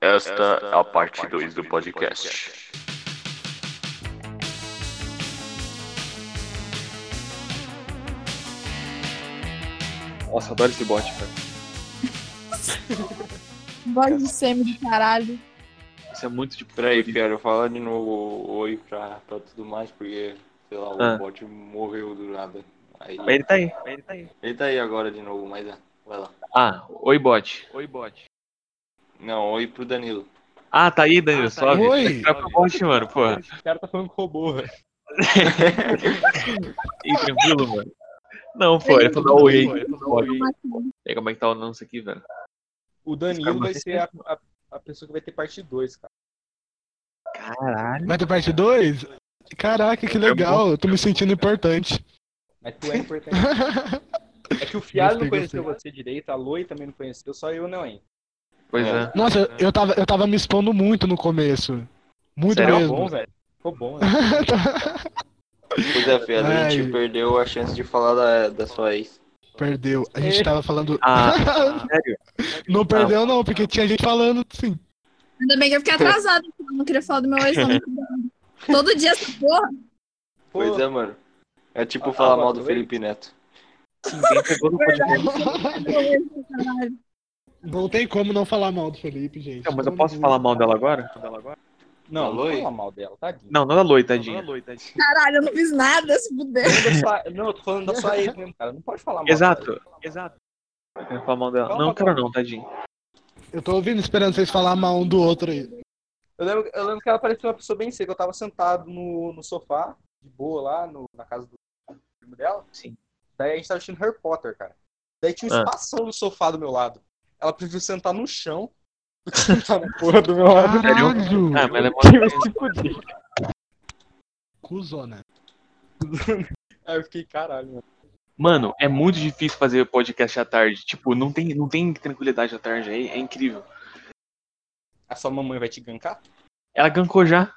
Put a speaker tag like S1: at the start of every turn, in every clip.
S1: Esta é a parte 2 do podcast.
S2: Nossa, adoro esse bot, cara.
S3: Voz de semi de caralho.
S2: Isso é muito tipo.
S1: Peraí, quero falar de novo oi pra, pra tudo mais, porque, sei lá, o
S2: Ah.
S1: bot morreu do nada. Aí,
S2: Mas ele tá aí, mas ele tá aí.
S1: ele tá aí agora de novo, mas é, vai lá.
S2: Ah, oi bot. Oi bot.
S1: Não, oi pro Danilo.
S2: Ah, tá aí, Danilo, sobe. Tá
S4: Oi.
S2: Vai pro bot, mano, porra.
S4: O cara tá falando com robô, velho.
S2: Ih, tranquilo, mano. Não, pô, ele falou oi. aí. Bot. E aí, como é que tá o anúncio aqui, velho?
S4: O
S2: Esse cara
S4: Danilo vai
S2: não
S4: ser a, a, a pessoa que vai ter parte 2, cara.
S2: Caralho.
S5: Vai ter parte 2? Caraca,
S2: É
S5: que legal, eu tô me sentindo importante.
S4: Mas tu é importante. É que o Fiado não
S5: Gostei,
S4: conheceu você direito, a Loi também não conheceu, só eu não, hein?
S2: Pois é.
S5: Nossa, eu- eu tava, eu tava me expondo muito no começo. Muito
S2: Sério?
S4: Ficou
S5: mesmo.
S4: bom, velho. Ficou bom, né?
S1: Pois é, Fiado, a gente
S5: Ai.
S1: perdeu a chance de falar da, da sua ex.
S5: Perdeu. A gente tava falando.
S2: Ah, sério?
S5: Não perdeu, não, porque tinha gente falando assim.
S3: Ainda bem que eu fiquei atrasada, porque eu não queria falar do meu ex, não. Todo dia essa porra.
S4: Pô,
S1: Pois é, mano. É tipo
S4: Ah,
S1: falar
S4: ah,
S1: mal do
S4: oi.
S1: Felipe Neto.
S2: Ninguém pegou no podcast.
S3: Meu ex, caralho.
S5: Não tem como não falar mal do Felipe, gente.
S2: Não, mas eu posso falar mal dela agora?
S4: Não,
S1: Alô,
S4: não
S1: hein?
S4: fala mal dela, tadinho.
S2: Não, não da Loi, tadinho.
S3: Caralho, eu não fiz nada, se puder.
S4: Não, da sua- não, eu tô falando da sua ex mesmo, cara. Não pode falar mal
S2: Exato, exato. Eu quero falar mal dela. Não, cara, não, tadinho.
S5: Eu tô ouvindo, esperando vocês falar mal um do outro aí.
S4: Eu lembro, eu lembro que ela parecia uma pessoa bem seca. Eu tava sentado no, no sofá, de boa lá, no- na casa do primo dela.
S2: Sim.
S4: Daí a gente tava assistindo Harry Potter, cara. Daí tinha um
S2: Ah.
S4: espação no sofá do meu lado. Ela preferiu sentar no chão do que sentar na porra do meu lado.
S5: Caralho!
S2: Ah, mas ela é mó.
S4: Eu me fudi.
S5: Cusona.
S4: Aí eu fiquei, caralho, mano.
S2: Mano, é muito difícil fazer podcast à tarde. Tipo, não tem, não tem tranquilidade à tarde aí. É incrível.
S4: A sua mamãe vai te gankar?
S2: Ela gancou já.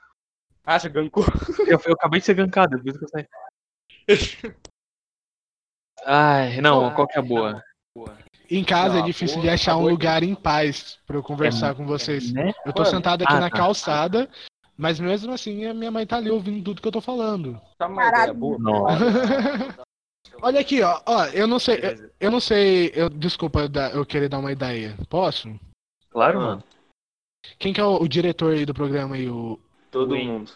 S4: Ah, já gankou.
S2: Eu, eu acabei de ser gankado, por isso que eu saí. Ai, não, qual que é a boa?
S5: Em casa
S2: Não,
S5: é difícil
S2: porra,
S5: de achar um
S2: acabou
S5: lugar em paz pra eu conversar com vocês.
S2: Né?
S5: Eu tô
S4: Mano,
S5: sentado aqui
S2: ah,
S5: na
S2: tá.
S5: calçada, mas mesmo assim a minha mãe tá ali ouvindo tudo que eu tô falando.
S4: Tá uma ideia
S3: Caralho.
S4: boa.
S2: Não.
S5: Olha aqui, ó, ó, eu não sei, eu, eu não sei, eu, desculpa eu dar- eu querer dar uma ideia. Posso?
S2: Claro, mano.
S5: Quem que é o, o diretor aí do programa aí, o
S1: Todo
S4: Oi.
S1: mundo.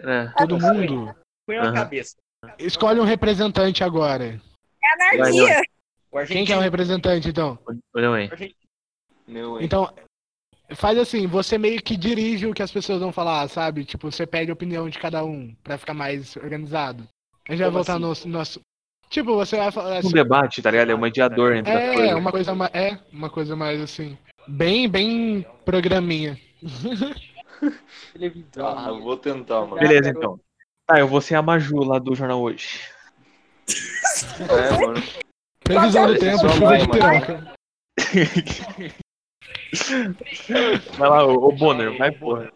S2: É.
S5: todo
S4: Ah, não sei.
S5: mundo?
S4: Põe na
S2: Aham.
S4: cabeça.
S5: Escolhe um representante agora.
S3: É
S2: Vai,
S3: anarquia.
S4: O
S5: Quem
S4: argentino.
S5: que é o representante então?
S2: Olha aí.
S4: o argentino.
S1: Meu, hein?
S5: Então faz assim, você meio que dirige o que as pessoas vão falar, sabe? Tipo, você pede a opinião de cada um pra ficar mais organizado. A gente vai
S4: Como assim?
S5: voltar no nosso, tipo, você vai falar
S2: Um
S5: assim,
S2: debate, tá ligado? É um mediador entre as
S5: É,
S2: coisas.
S5: uma coisa mais. É, uma coisa mais assim. Bem, bem programinha.
S4: Televisão.
S1: Ah,
S4: mano.
S1: vou tentar, mano.
S2: Beleza, então. Tá, eu vou ser a Maju lá do Jornal Hoje.
S1: É, mano.
S5: Previsão do tempo,
S1: Só
S5: chuva
S1: vai,
S5: de
S1: mano.
S5: piroca.
S2: Vai lá, ô, ô Bonner, vai porra.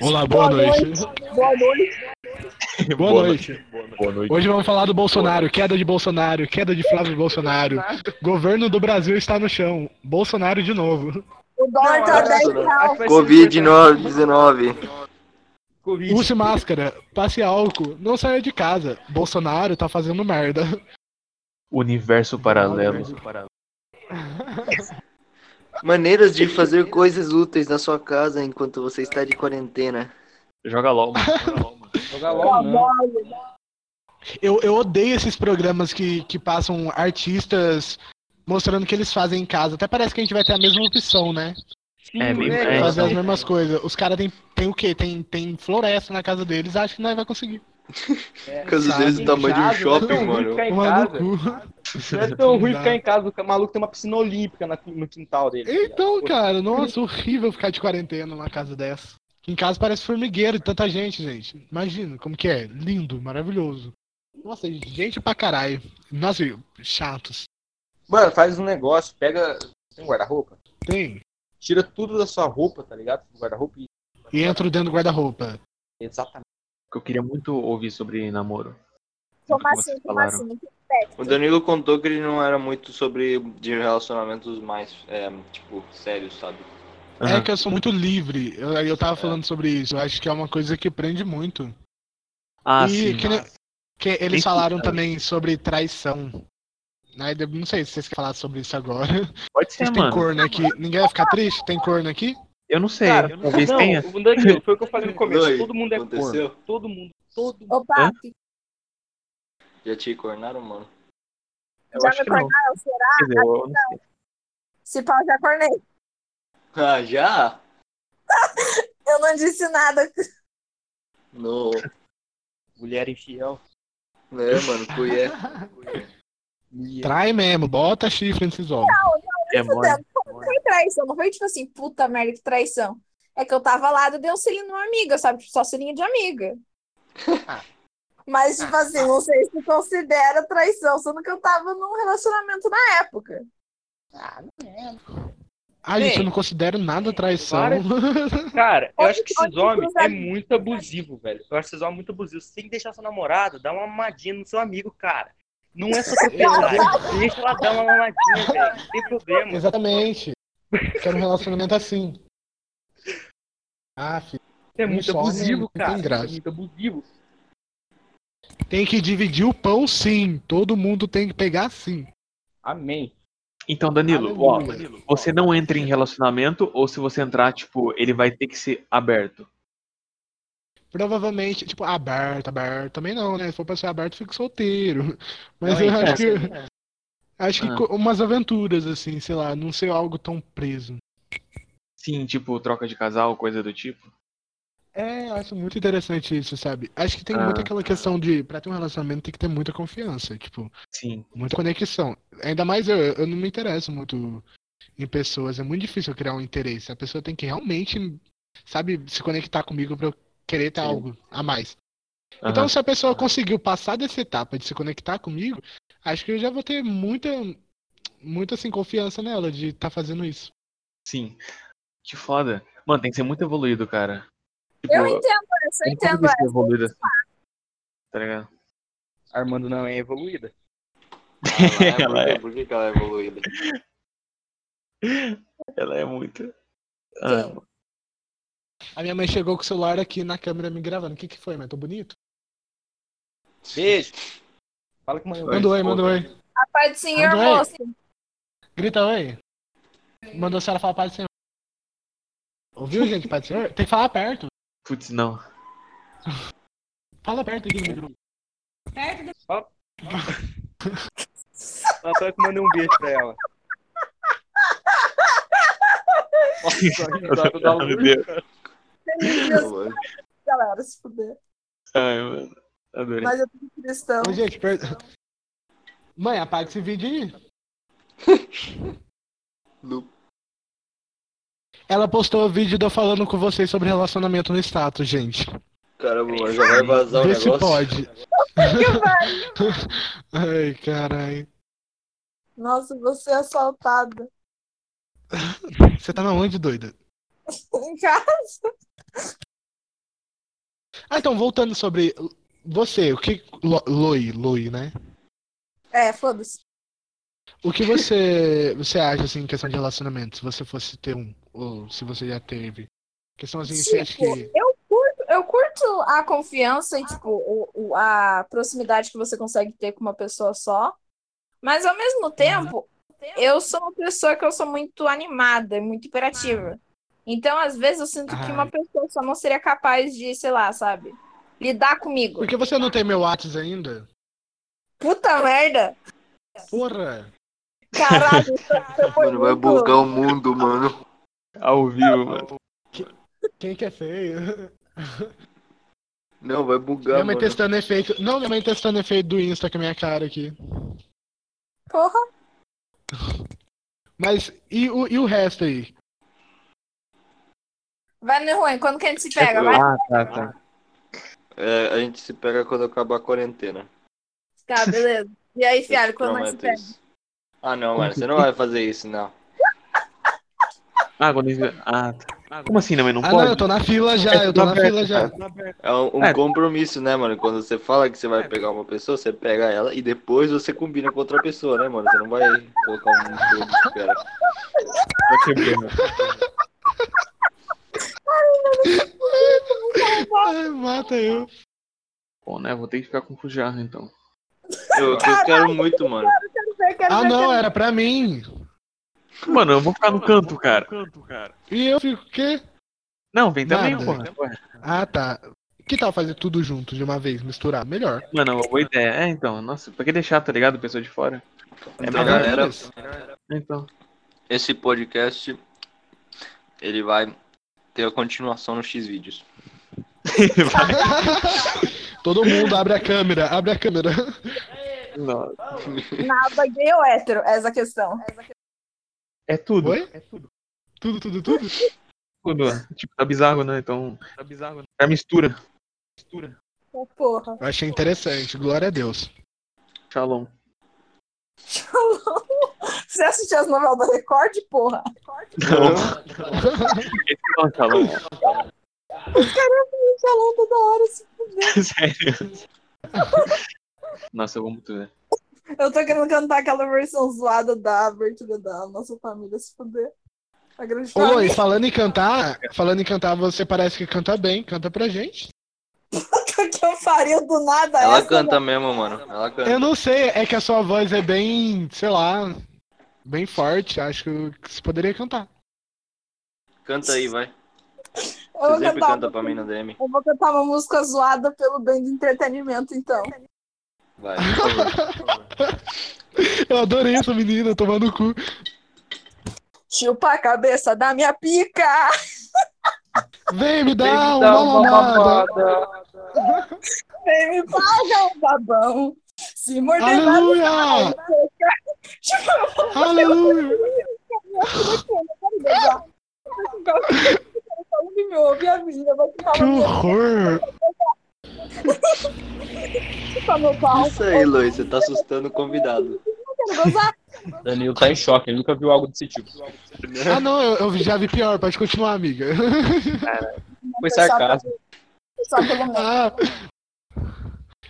S5: Olá, boa noite.
S3: Boa noite.
S5: Boa noite.
S2: Boa noite.
S5: Hoje vamos falar do Bolsonaro, queda de Bolsonaro, queda de Flávio Bolsonaro. Governo do Brasil está no chão. Bolsonaro de novo.
S3: O dólar
S4: Não,
S3: tá
S4: não,
S3: 10
S1: não, não.
S3: reais.
S4: Acho que vai ser importante.
S1: Covid-19.
S4: Covid.
S5: Use máscara, passe álcool, não saia de casa. Bolsonaro tá fazendo merda.
S2: Universo paralelo.
S1: Maneiras de fazer coisas úteis na sua casa enquanto você está de quarentena.
S2: Joga LOL, mano.
S4: Jogar né? LOL,
S2: né?
S4: não.
S5: Eu, eu odeio esses programas que, que passam artistas mostrando o que eles fazem em casa. Até parece que a gente vai ter a mesma opção, né?
S2: É, bem
S4: né,
S2: é,
S5: fazer
S2: então.
S5: as mesmas coisas. Os caras tem, tem o quê? Tem, tem floresta na casa deles, acho que nós vai conseguir.
S4: É.
S1: Casa deles do tamanho de um shopping, mano.
S4: Ficar em
S5: Tomar no
S4: É casa.
S5: cu.
S4: Não é tão ruim
S5: Não.
S4: ficar em casa. O maluco tem uma piscina olímpica na- no quintal dele. tá
S5: Então, cara, nossa, horrível ficar de quarentena numa casa dessa. Em casa parece formigueiro, tanta gente, gente. Imagina como que é. Lindo, maravilhoso. Nossa, gente pra caralho. Nossa, chatos.
S4: Mano, faz um negócio, pega. Tem um guarda-roupa?
S5: Tem.
S4: Tira tudo da sua roupa, tá ligado? Do guarda-roupa e.
S5: E entro dentro do guarda-roupa.
S4: Exatamente.
S2: Eu queria muito ouvir sobre namoro.
S3: Tô
S2: Como
S3: massinho,
S2: vocês
S3: tô
S2: falaram.
S3: massinho.
S1: O Danilo contou que ele não era muito sobre de relacionamentos mais, é, tipo, sérios, sabe?
S5: É que eu sou muito livre. Eu, eu tava falando sobre isso. Eu acho que é uma coisa que prende muito.
S2: Ah,
S5: e
S2: sim.
S5: que, nem- que eles
S2: Esse-
S5: falaram também sobre traição. Né, eu Não sei se vocês querem falar sobre isso
S4: É,
S5: agora.
S2: Pode ser,
S5: Mas tem um
S2: mano.
S5: corno aqui. Ninguém vai ficar triste? Tem corno aqui?
S2: Eu não sei.
S4: Cara,
S2: Talvez
S4: não,
S2: tenha.
S4: o Danilo, foi o que eu falei no começo.
S1: Oi,
S4: todo mundo é
S1: aconteceu?
S4: corno. Todo mundo. Todo mundo.
S3: Opa,
S2: Hã?
S3: que-
S1: Já te cornaram, mano?
S2: Eu
S3: já
S2: acho
S3: me
S2: que não.
S3: cornaram, será? Tá
S2: Quer dizer, eu não sei.
S3: Se pau, já cornei.
S1: Ah, já?
S3: Eu não disse nada.
S1: No.
S4: Mulher infiel.
S1: É, mano, colher.
S4: mulher-
S5: Trai mesmo. Bota chifre nesses ovos.
S2: É mole.
S3: Foi traição, não foi tipo assim, puta merda, que traição. É que eu tava lá, eu dei um selinho numa amiga, sabe? Tipo, Só selinho de amiga.
S4: Ah.
S3: Mas, tipo assim, não sei se considera traição, sendo que eu tava num relacionamento na época.
S4: Ah, não é.
S5: Ah, gente,
S4: Bem,
S5: eu não considero nada traição.
S4: vários- Cara, eu
S3: Olha
S4: acho que
S3: que- olha
S4: esses
S3: que
S4: homens é
S3: cruzadinho.
S4: muito abusivo, velho. Eu acho esses homens é muito abusivos. Você tem que deixar seu namorado dar uma mamadinha no seu amigo, cara. Não é só seu personagem. Deixa ela dar uma mamadinha, velho. Não tem problema.
S5: Exatamente. Quero um relacionamento assim. Ah, filho.
S4: Isso é muito
S5: Isso, homem,
S4: abusivo,
S5: não tem
S4: cara. Isso é
S5: graça.
S4: muito abusivo.
S5: Tem que dividir o pão, sim. Todo mundo tem que pegar, sim.
S4: Amém.
S2: Então, Danilo, ó,
S5: Aleluia.
S2: você não entra em relacionamento ou se você entrar, tipo, ele vai ter que ser aberto.
S5: Provavelmente, tipo, aberto, aberto. Também não, né? Se for pra ser aberto, fico solteiro. Mas
S4: Não,
S5: eu
S4: então,
S5: acho que,
S4: é.
S5: acho que
S2: Ah.
S5: co- umas aventuras, assim, sei lá, não ser algo tão preso.
S2: Sim, tipo, troca de casal, coisa do tipo.
S5: É, eu acho muito interessante isso, sabe? Acho que tem
S2: Ah.
S5: muito aquela questão de, pra ter um relacionamento, tem que ter muita confiança, tipo,
S2: Sim.
S5: muita conexão. Ainda mais eu, eu não me interesso muito em pessoas, é muito difícil eu criar um interesse. A pessoa tem que realmente, sabe, se conectar comigo pra eu querer ter
S2: Sim.
S5: algo a mais.
S2: Aham.
S5: Então, se a pessoa conseguiu passar dessa etapa de se conectar comigo, acho que eu já vou ter muita, muita assim, confiança nela de estar fazendo isso.
S2: Sim. Que foda. Mano, tem que ser muito evoluído, cara. Tipo,
S3: Eu entendo é, essa, eu
S2: não pode
S3: entendo
S2: ser
S3: essa.
S2: evoluído assim. Tá ligado?
S4: Armando não é evoluída.
S1: Ah,
S2: Ela
S1: ela é. Por que, que ela é evoluída?
S2: Ela é muito.
S3: Sim.
S2: Ah,
S5: A minha mãe chegou com o celular aqui na câmera me gravando. O que, que foi, mãe? Tô bonito?
S4: Beijo. Fala com a mãe.
S2: Foi.
S5: Mandou um oi, mandou oi.
S3: A paz do Senhor,
S5: André.
S3: moço.
S5: Grita oi. Mandou a senhora falar Pai do Senhor. Ouviu, gente? Pai do Senhor? Tem que falar perto.
S2: putz, não.
S5: Fala perto aqui no microfone.
S4: Ela tá que mandei um beijo pra ela. Nossa, a risada da
S2: Meu
S4: Lu.
S2: Deus.
S3: Feliz Deus, galera, se fuder.
S2: Ai, mano. Adorei.
S3: Mas eu tô cristão.
S5: Ô, gente, per... Mãe, apaga esse vídeo aí.
S1: Lu-
S5: Ela postou o vídeo de eu falando com vocês sobre relacionamento no status, gente.
S1: Caramba, mano, já vai vazar o
S5: Vê
S1: é um negócio.
S5: se pode. é Ai, caralho.
S3: Nossa, você é assaltada.
S5: Você tá na onde, doida?
S3: Em casa.
S5: Ah, então, voltando sobre você, o que. Lo- Loi, Loi, né?
S3: É, foda-se.
S5: O que você, você acha, assim, em questão de relacionamento? Se você fosse ter um, ou se você já teve? Questão assim, você acha que.
S3: Tipo, eu curto, eu curto a confiança e, tipo, o- o- a proximidade que você consegue ter com uma pessoa só. Mas ao mesmo tempo, eu sou uma pessoa que eu sou muito animada, e muito imperativa. Então, às vezes, eu sinto que
S5: Ah.
S3: uma pessoa só não seria capaz de, sei lá, sabe, lidar comigo.
S5: Porque você não tem meu Whats ainda?
S3: Puta merda!
S5: Porra!
S3: Caralho, você foi
S1: Mano, vai
S3: muito-
S1: bugar o mundo, mano.
S2: Ao vivo, mano.
S5: Quem que é feio?
S1: Não, vai bugar,
S5: Minha mãe
S1: mano.
S5: testando efeito. Não, minha mãe testando efeito do Insta com a minha cara aqui.
S3: Porra,
S5: Mas e o, e o resto aí?
S3: vai no ruim, quando que a gente se pega? Vai,
S2: Ah, tá, tá.
S1: É, a gente se pega quando acabar a quarentena.
S3: tá, beleza. E aí,
S1: Eu te
S3: fiado, quando nós se
S1: prometo
S3: é pega?
S1: isso. Ah, não, mano, você não vai fazer isso, não.
S2: Ah, quando ele... Ah, tá. Como assim, não, mas não
S5: ah,
S2: pode?
S5: não, eu tô na fila já,
S2: Tá
S5: eu tô na fila já.
S1: É um, um
S2: É.
S1: compromisso, né, mano? Quando você fala que você vai pegar uma pessoa, você pega ela e depois você combina com outra pessoa, né, mano? Você não vai colocar um jogo de espera.
S2: Vai ser bem, mano.
S5: até eu.
S2: Bom, né? Vou ter que ficar com o Fujarra, então.
S1: Eu, eu quero muito, mano.
S3: Eu quero
S5: Ah,
S3: ver é
S5: não,
S3: aquele-
S5: era pra mim.
S2: Mano, eu vou ficar no canto, cara.
S5: E eu fico, o quê?
S2: Não, vem também,
S5: Nada.
S2: porra. Ué,
S5: Ah, tá. Que tal fazer tudo junto de uma vez, misturar? Melhor.
S2: Mano, uma boa ideia. É, então. Nossa, pra que deixar, tá ligado? Pessoa de fora. É
S1: Então,
S5: Tá
S1: galera,
S5: vendo isso?
S2: Então.
S1: esse podcast ele vai ter a continuação no X vídeos.
S5: Todo mundo abre a câmera, abre a câmera.
S2: Não.
S3: Nada gay ou hétero? Essa é a questão.
S2: É tudo.
S5: Oi? Tudo, tudo, tudo?
S2: tudo. Tipo, tá bizarro, né? Então. Tá bizarro. É mistura. Mistura.
S3: Ô, Porra.
S5: Eu achei interessante, glória a Deus.
S2: Shalom.
S3: Você assistiu as novelas da Record, porra?
S2: Não. Esse não é Shalom.
S3: Falando toda hora. assim.
S2: Sério. Nossa, eu vou muito ver.
S3: Eu tô querendo cantar aquela versão zoada da abertura da nossa família se fuder. A grande
S5: Ô, Loi,
S3: família.
S5: falando em cantar, falando em cantar, você parece que canta bem, canta pra gente.
S3: que eu faria do nada
S1: Ela
S3: essa,
S1: canta mesmo, mano. Ela canta.
S5: Eu não sei, é que a sua voz é bem, sei lá, bem forte, acho que você poderia cantar.
S1: Canta aí, vai.
S3: Eu vou
S1: Você sempre
S3: cantar,
S1: canta pra mim na DM.
S3: eu vou cantar uma música zoada pelo bem de entretenimento, então.
S1: Vai. por favor.
S5: Eu adorei essa menina, tomando cu.
S3: Chupa a cabeça da minha pica!
S5: Vem me
S1: Tem
S5: dar
S1: que
S5: uma
S1: dar uma
S5: mamada.
S1: mamada.
S3: Vem me paga um babão! Se morder vai me
S5: Aleluia! Aleluia!
S3: pegar. Falando que me ouve a vida, vai ficar
S5: Que horror!
S3: pra meu pau.
S6: Isso aí, Luiz, você tá assustando o convidado.
S3: Quero gozar.
S4: Danilo tá em choque, ele nunca viu algo desse tipo.
S5: Ah, não, eu, eu já vi pior, pode continuar, amiga.
S4: Foi sarcasmo.
S3: Só pelo menos.
S5: Ah.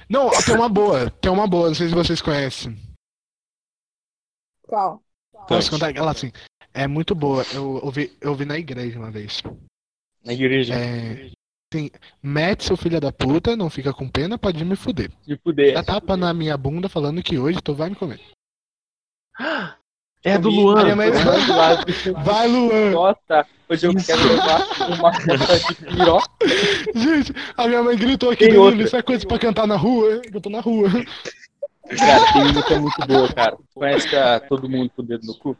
S5: Não, tem uma boa, tem uma boa, não sei se vocês conhecem.
S3: Qual?
S5: Posso contar ela assim? É muito boa, eu ouvi, eu ouvi na igreja uma vez.
S4: Na igreja.
S5: É. Sim, mete seu filho da puta, não fica com pena, pode me fuder.
S4: Se puder.
S5: Dá tapa na minha bunda falando que hoje tu vai me comer.
S2: É a do
S4: Comi-
S2: Luan.
S5: Minha mãe-
S4: Luan tá do lado.
S5: Vai, Luan!
S4: Nossa, hoje eu quero levar uma copa de piroca.
S5: Gente, a minha mãe gritou aqui
S4: Tem
S5: do
S4: outra.
S5: isso é coisa pra cantar na rua, eu tô na rua.
S4: Cara, tem uma que é muito boa, cara. Conhece a todo mundo com o dedo no cu?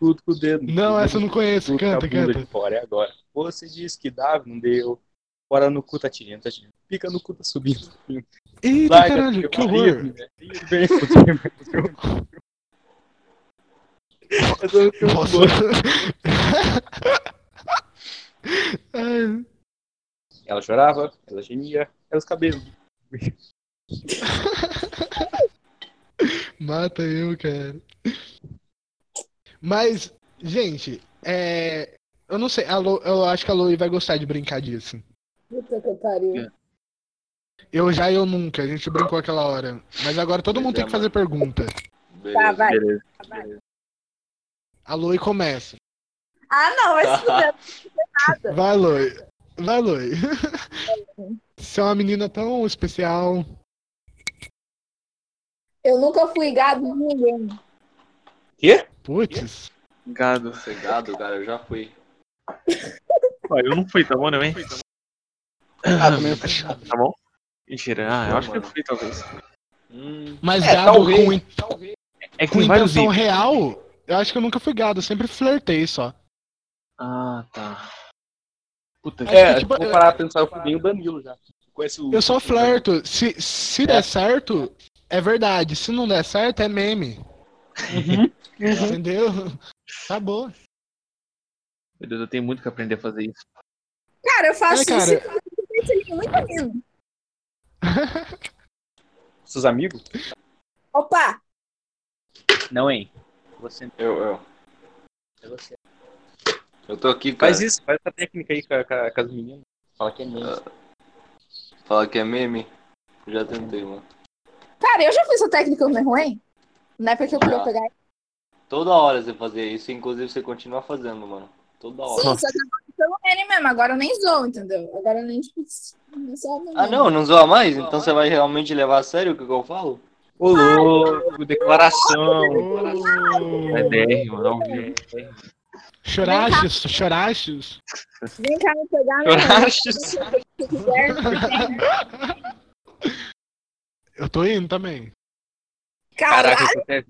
S4: Tudo com o dedo no cu.
S5: Não, essa eu não conheço,
S4: Tudo com a
S5: canta,
S4: bunda
S5: canta.
S4: de fora, é agora. Você disse que dava, não deu. Bora no cu, tá tirando, tá tirando. Pica no cu, tá subindo. tá subindo.
S5: Eita,
S4: Larga,
S5: caralho,
S4: fica
S5: que
S4: com
S5: horror.
S4: dedo, né? Vem, fudeu, meu Deus. Eu tô muito
S5: Nossa.
S4: boa.
S5: Ai,
S4: Ela chorava, ela gemia, era os cabelos.
S5: mata eu, cara. Mas, gente, é. Eu não sei, a Lo- eu acho que a Loi vai gostar de brincar disso.
S3: Puta que pariu.
S5: Eu já e eu nunca, a gente brincou aquela hora. Mas agora todo
S4: é,
S5: mundo tem que fazer pergunta.
S3: Tá,
S1: Beleza.
S3: vai.
S2: Beleza.
S5: A Loi começa.
S3: Ah, não, vai
S4: Tá.
S3: se fuder.
S5: Vai, Loi. Vai, Loi. Você é uma menina tão especial.
S3: Eu nunca fui gado de ninguém.
S5: Putz.
S2: Obrigado.
S1: Você é gado, cara, eu já fui.
S2: Ué, Eu não fui, tá bom, não, hein?
S4: Ah, também eu
S2: Tá bom? Mentira. Ah, eu acho que eu
S1: Mano.
S2: fui, talvez.
S1: Hum,
S5: Mas gado com, in-
S2: É que
S5: com
S2: tem vários
S5: intenção
S2: itens.
S5: real, eu acho que eu nunca fui gado, eu sempre flertei só.
S2: Ah, tá. Puta que.
S4: É,
S5: que, tipo,
S4: vou parar pra pensar, eu fui bem o Danilo já. Conhece o...
S5: Eu só flerto. Se, se der certo, é verdade. Se não der certo, é meme.
S1: Uhum.
S5: Entendeu? Tá Acabou.
S2: Meu Deus, eu tenho muito que aprender a fazer isso.
S3: Cara, eu faço
S5: É, cara.
S3: isso e penso em muito lindo.
S4: Seus amigos?
S3: Opa!
S4: Não, hein? Você...
S1: eu, eu.
S4: é você.
S1: Eu tô aqui, cara.
S4: Faz isso, faz essa técnica aí com, a- com, a- com as meninas. Fala que é mesmo.
S1: Fala que é meme. Já tentei, mano.
S3: Cara, eu já fiz essa técnica não é ruim? Não é porque eu queria
S1: Ah.
S3: pegar.
S1: Toda hora você fazia isso, inclusive você continua fazendo, mano. Toda
S3: Sim,
S1: hora.
S3: só que agora eu tô no N mesmo. Agora eu nem zoo, entendeu? Agora eu nem, tipo, não sabe
S1: Ah, não, não zoa mais? Então você vai realmente levar a sério o que eu falo?
S4: Ô, louco, declaração.
S2: É DR, mano, ao vivo.
S5: Chorachos, chorachos.
S3: Vem cá me pegar, né? meu irmão,
S4: Chorachos.
S3: se você quiser.
S5: Eu tô indo também.
S3: Caralho,
S4: Caraca, eu tô até,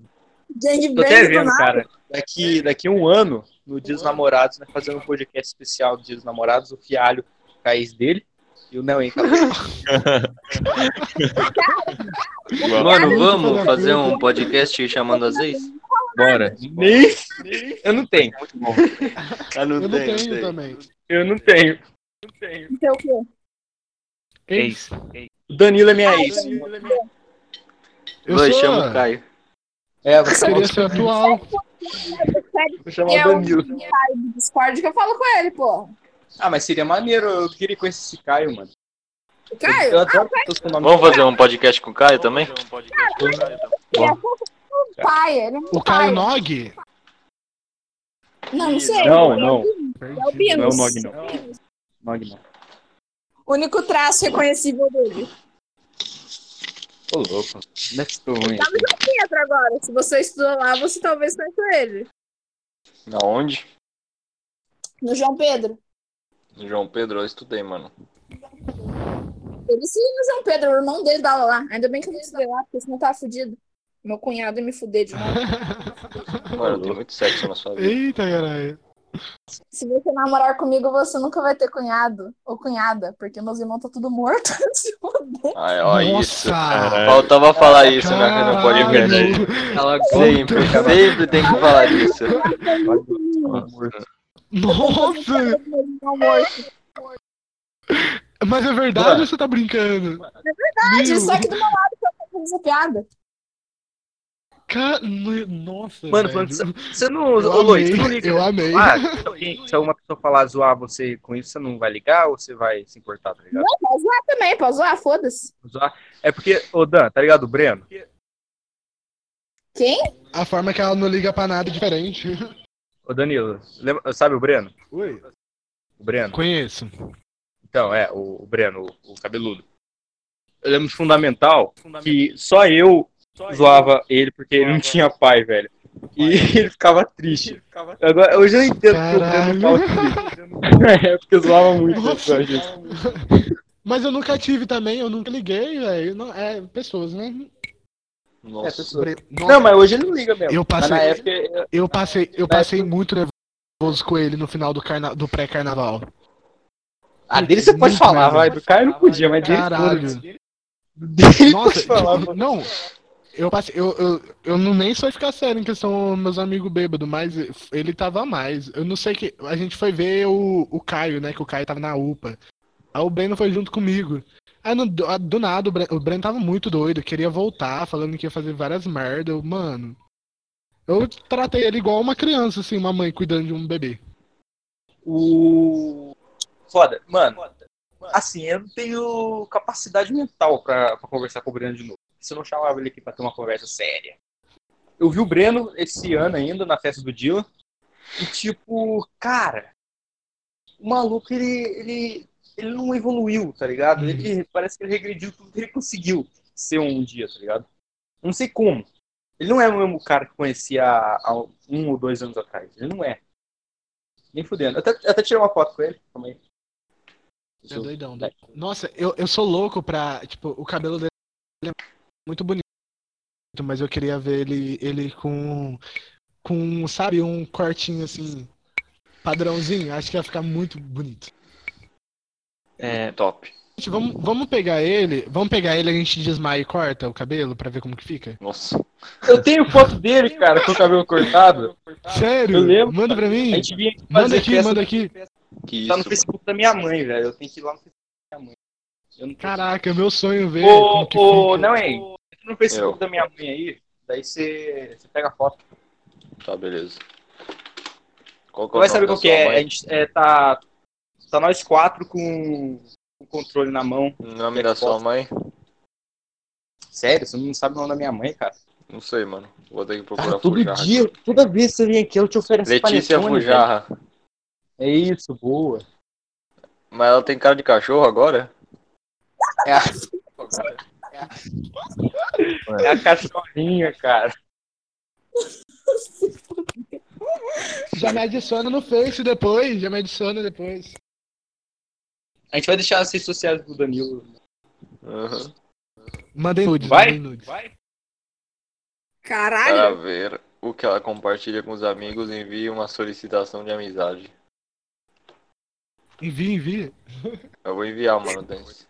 S3: Jane
S4: tô
S3: Brand
S4: até
S3: do
S4: vendo,
S3: nada.
S4: cara. Daqui, daqui um ano, no Dia dos Namorados, né, fazendo um podcast especial do Dia dos Namorados, o Fialho, o Caís dele e o Neuém, cara.
S3: né?
S1: Mano, vamos fazer um podcast chamando as ex?
S4: Bora. Nem. Eu não tenho.
S1: Ah, não
S5: Eu não tenho, então. também.
S4: Eu não tenho.
S3: Então, o quê?
S2: Ex.
S4: O Danilo é minha ex.
S5: Eu
S1: Vai,
S5: sou,
S1: chama o Caio.
S4: É, você
S5: Seria seu atual.
S4: vou
S5: É
S4: chamar o
S5: um
S3: Eu-
S4: Danilo.
S3: do Discord que eu falo com ele, pô.
S4: Ah, mas seria maneiro. Eu queria conhecer esse Caio, mano.
S3: Caio,
S4: Eu adoro
S5: Ah,
S4: pessoas com nome.
S1: Vamos fazer um podcast com o Caio também?
S3: ele é pouco pai, ele é um
S5: O
S3: pai.
S5: Caio Nog?
S3: Não, não sei.
S4: né? Não, não.
S3: É o Binus.
S4: Não é o Nog, não. Nog não.
S3: Único traço reconhecível dele.
S4: Ô, louco. Não é que estou ruim. assim.
S3: Tá no João Pedro agora. Se você estudou lá, você talvez conheça ele.
S1: Aonde?
S3: No João Pedro.
S1: No João Pedro, eu estudei, mano.
S3: Ele sim, no João Pedro. O irmão dele dá aula lá. Ainda bem que eu não estudei lá, porque senão eu tava fudido. Meu cunhado ia me fuder de novo.
S1: Mano, tem muito sexo na sua vida.
S5: Eita, caralho.
S3: Se você namorar comigo, você nunca vai ter cunhado ou cunhada, porque meus irmãos tá tudo morto. Se fuder.
S1: Ai, Ah, ó, É isso.
S5: Nossa!
S1: Faltava falar isso, né? No
S5: Caralho.
S1: podcast.
S4: Cala
S1: Sempre, sempre tem que falar disso.
S5: Nossa!
S3: Meus irmãos mortos.
S5: Mas é verdade ou você tá brincando? É
S3: Verdade, Só que do meu lado que eu tô fazendo essa piada.
S5: Ca... no- Nossa,
S4: Mano,
S5: velho.
S4: falando sério, você não.
S5: Eu
S4: Ô, Luiz,
S5: amei,
S4: você não liga.
S5: Eu amei.
S4: Ah, se, alguém, se alguma pessoa falar zoar você com isso, você não vai ligar ou você vai se importar, tá ligado?
S3: Não, pode zoar também, pode zoar, foda-se.
S4: Zoar. É porque, ô Dan, tá ligado? O Breno?
S3: Quem?
S5: A forma que ela não liga pra nada é diferente.
S4: Ô Danilo, lembra- sabe o Breno?
S5: Oi.
S4: O Breno.
S5: Conheço.
S4: Então, é, o, o Breno, o, o cabeludo. Eu lembro de fundamental que só eu zoava ele porque ele não tinha pai, velho. E ele ficava triste. Agora, hoje eu entendo que o Breno ficava triste. É, porque eu zoava muito
S5: Nossa.
S4: essa gente.
S5: Mas eu nunca tive também, eu nunca liguei, velho. Não- É, pessoas, né?
S1: Nossa.
S5: Bre- Nossa,
S4: Não, mas hoje ele não liga mesmo.
S5: Eu
S4: Mas na
S5: passei,
S4: época eu-
S5: eu passei, eu passei muito nervoso com ele no final do, carna... do pré-carnaval.
S4: Ah, dele você pode
S5: Muito
S4: falar,
S5: mesmo.
S4: vai. Do Caio não podia, mas dele.
S5: Caralho.
S4: Dele
S5: É Nossa,
S4: pode falar,
S5: tipo,
S4: mano.
S5: não. Eu passei, eu, eu, eu não nem só ficar sério em questão meus amigos bêbados, mas ele tava a mais. Eu não sei que. A gente foi ver o, o Caio, né? Que o Caio tava na UPA. Aí o Breno foi junto comigo. Aí no- do, do nada, o Breno, o Breno tava muito doido, queria voltar, falando que ia fazer várias merdas. Eu, Mano. Eu tratei ele igual uma criança, assim, uma mãe cuidando de um bebê.
S4: O. Foda, mano. Assim, eu não tenho capacidade mental pra, pra conversar com o Breno de novo. Se eu não chamava ele aqui pra ter uma conversa séria. Eu vi o Breno esse ano ainda, na festa do Dylan. E tipo, cara, o maluco, ele, ele, ele não evoluiu, tá ligado?
S5: Uhum.
S4: Ele parece que ele regrediu tudo que ele conseguiu ser um dia, tá ligado? Não sei como. Ele não é o mesmo cara que eu conhecia há, há um ou dois anos atrás. Ele não é. Nem fudendo. Eu até, eu até tirei uma foto com ele. Calma aí.
S5: É doidão, doidão. Nossa, eu, eu sou louco pra. Tipo, o cabelo dele é muito bonito, mas eu queria ver ele, ele com. Com, sabe, um cortinho assim. Padrãozinho. Acho que ia ficar muito bonito.
S2: É,
S1: Top.
S5: Gente, vamos, vamos pegar ele. Vamos pegar ele, a gente desmaia e corta o cabelo pra ver como que fica?
S1: Nossa.
S4: Eu tenho foto dele, cara, com o cabelo cortado.
S5: Sério?
S4: Ah, eu lembro.
S5: Manda pra
S4: A
S5: mim.
S4: gente vinha aqui fazer
S5: Manda aqui,
S4: festa.
S5: manda aqui.
S1: Que isso.
S4: Tá no
S1: mano.
S4: Facebook da minha mãe, velho. Eu tenho que ir lá no Facebook da minha mãe. Eu não
S5: Caraca, meu sonho ver. como que
S4: Ô, ô,
S5: fica.
S4: não é. Entra no Facebook
S1: Eu.
S4: da minha mãe aí. Daí você você pega a foto.
S1: Tá, beleza. Qual que é o
S4: Vai
S1: nome
S4: saber
S1: da
S4: qual que
S1: sua
S4: é.
S1: mãe?
S4: A gente é, tá, tá nós quatro com o controle na mão.
S1: O nome da sua mãe?
S4: Sério, você não sabe o nome da minha mãe, cara.
S1: Não sei, mano. Vou ter que procurar
S4: todo
S1: Fujarra.
S4: dia, toda vez que você vem aqui, eu te ofereço
S1: Letícia
S4: panetone, velho.
S1: Fujarra.
S4: É isso, boa.
S1: Mas ela tem cara de cachorro agora?
S4: É a, é a cachorrinha, cara.
S5: Já me adiciona no Face depois, já me adiciona depois.
S4: A gente vai deixar as redes sociais do Danilo.
S1: Aham.
S5: Mandei nudes,
S4: Vai?
S5: mandei nudes.
S4: Vai?
S3: Caralho,
S5: Ah,
S1: Para ver o que ela compartilha com os amigos, envie uma solicitação de amizade.
S5: Envia, envia.
S1: Eu vou enviar, mano. Dance.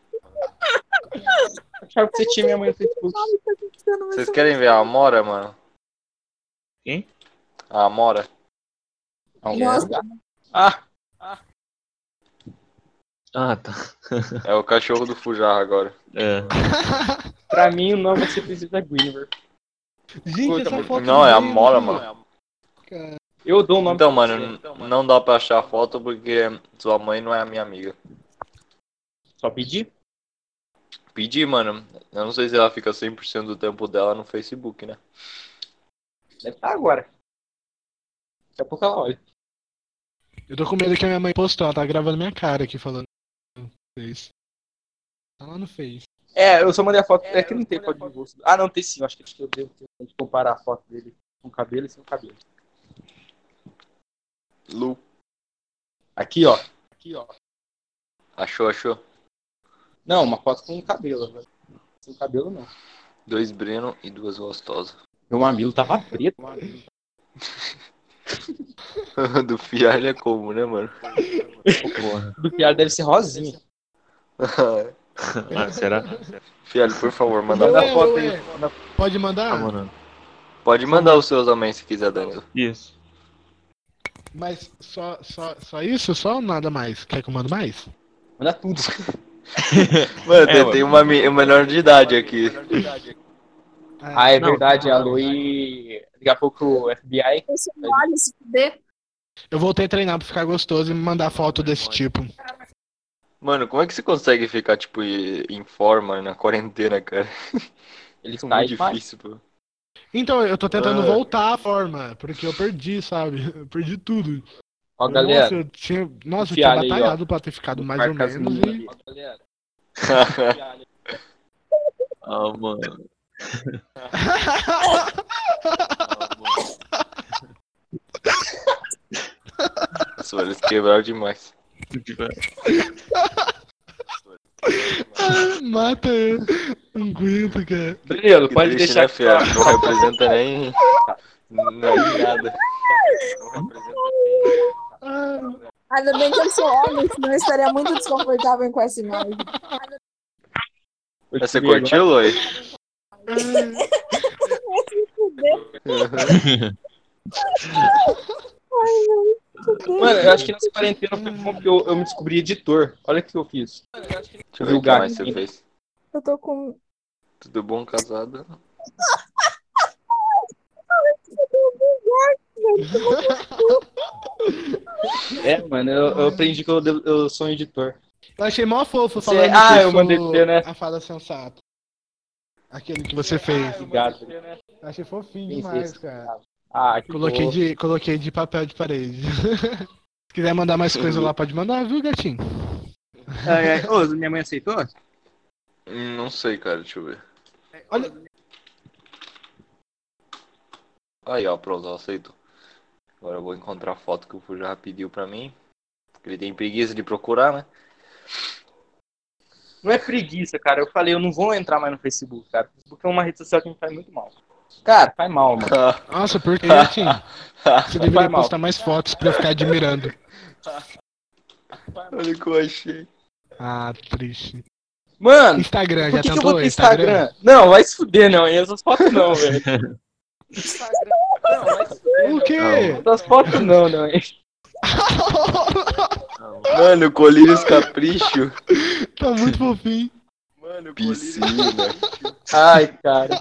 S4: Achava que você tinha minha mãe no Facebook.
S1: Vocês querem ver a Amora, mano?
S2: Quem?
S1: A Amora.
S3: Nossa.
S4: Ah,
S2: Ah, tá.
S1: É o cachorro do Fujar agora.
S2: É.
S4: pra mim o nome vai ser Princesa Guinevere.
S5: Gente,
S4: Puta,
S5: essa foto
S1: Não, é a
S5: veio,
S1: Amora,
S5: viu?
S1: mano.
S4: Eu dou o nome
S1: Então,
S4: pra
S1: mano,
S4: você.
S1: n- não dá pra achar a foto porque sua mãe não é a minha amiga.
S4: Só pedir?
S1: Pedi, mano. Eu não sei se ela fica 100% do tempo dela no Facebook, né?
S4: Deve estar agora. Daqui a pouco ela olha.
S5: Eu tô com medo que a minha mãe postou, ela tá gravando minha cara aqui falando. no Face. Tá lá no Face.
S4: É, eu só mandei a foto. É, que não tem código de gosto. Ah, não, tem sim. eu Acho que acho que eu devo ter tem que comparar a foto dele com o cabelo e sem o cabelo.
S1: Lu.
S4: Aqui, ó. Aqui, ó.
S1: Achou, achou?
S4: Não, uma foto com o cabelo. velho. Sem o cabelo, não.
S1: Dois Breno e duas gostosas.
S4: Meu mamilo tava preto.
S1: do Fialho é como, né, mano?
S2: Porra.
S4: Do piado deve ser rosinha.
S2: Ah, será?
S1: Fialho, por favor, manda
S5: Não
S1: uma
S5: é,
S1: foto
S5: não
S1: aí.
S5: é. Pode mandar?
S2: Ah, mano.
S1: Pode mandar os seus também se quiser, Danilo.
S2: Isso.
S5: Mas só, só, só isso? Só ou nada mais? Quer que eu mando mais?
S4: Manda tudo.
S1: Mano,
S2: É,
S1: tem,
S2: mano.
S1: tem uma me- um menor de idade aqui.
S4: Ah, é
S2: Não.
S4: verdade, a Luí. Daqui a pouco o FBI.
S3: esse mole um se fuder.
S5: Eu voltei a treinar pra ficar gostoso e me mandar foto desse tipo.
S1: Mano, como é que você consegue ficar, tipo, e- em forma na quarentena, cara?
S4: Ele
S1: Isso é
S4: tá aí,
S1: muito difícil, pô.
S5: Então, eu tô tentando
S1: Ah.
S5: voltar à forma, porque eu perdi, sabe? Eu perdi tudo.
S4: Ó, galera.
S5: Nossa, eu tinha, nossa, eu tinha
S4: Fialho aí, ó.
S5: batalhado pra ter ficado mais ou
S4: marca as
S5: menos. E...
S4: meninas ali. Ó, galera. FBI.
S2: Ah, mano.
S1: Nossa, velho, eles quebraram demais.
S5: Ah, Mata eu. Não aguento, cara.
S4: Danilo,
S1: Que
S4: pode
S1: triste,
S4: deixar
S1: né,
S4: que
S1: Fialho? Não representa nem... Não, é nada. Não representa
S5: Ah,
S3: Ainda bem que eu sou homem, senão eu estaria muito desconfortável com essa imagem.
S4: eu te
S1: Você
S4: ligo, né?
S1: curtiu, Loi?
S5: ah.
S4: Mano, eu acho que nessa quarentena foi bom porque eu, eu me descobri editor. Olha o que eu fiz.
S1: Deixa eu ver o que
S4: Julgar
S1: mais você
S4: ninguém.
S1: fez.
S3: Eu tô com.
S1: Tudo bom, casada?
S4: É, mano, eu, eu aprendi que eu, devo- eu sou um editor.
S5: Eu achei mó fofo
S4: Você-
S5: falando que
S4: ah, eu
S5: sou
S4: mandei pra você, né?
S5: a fala sensata. Aquele que você fez.
S4: Obrigado.
S5: Eu achei fofinho
S4: Quem
S5: demais,
S4: fez?
S5: cara.
S4: Ah, que
S5: Coloquei
S4: bom.
S5: de, coloquei de papel de parede. Se quiser mandar mais coisa lá, pode mandar, viu, gatinho?
S7: Ai, ai. Ô, minha mãe aceitou?
S1: Hum, Não sei, cara, deixa eu ver.
S5: Olha-
S1: Aí, ó, pronto, ela aceitou. Agora eu vou encontrar a foto que o Fujar pediu pra mim. Porque ele tem preguiça de procurar, né?
S4: Não é preguiça, cara. Eu falei, eu não vou entrar mais no Facebook, cara. O Facebook é uma rede social que me faz muito mal. Cara, faz mal, mano.
S1: Ah,
S5: Nossa, por que, gatinho? Você
S4: Vai
S5: deveria
S4: mal.
S5: postar mais fotos pra eu ficar admirando.
S1: Olha o que eu achei.
S5: Ah, triste.
S4: Mano,
S5: Instagram,
S4: por
S5: já
S4: que, que eu
S5: tentou
S4: vou ter
S5: Instagram?
S4: Instagram? Não, vai se fuder, não. E essas fotos não, velho. Instagram. Não, vai se fuder.
S5: O quê?
S4: Essas fotos não, não.
S1: Mano, o Colírios Capricho.
S5: tá muito fofinho.
S1: Mano, Piscina.
S4: Ai, cara.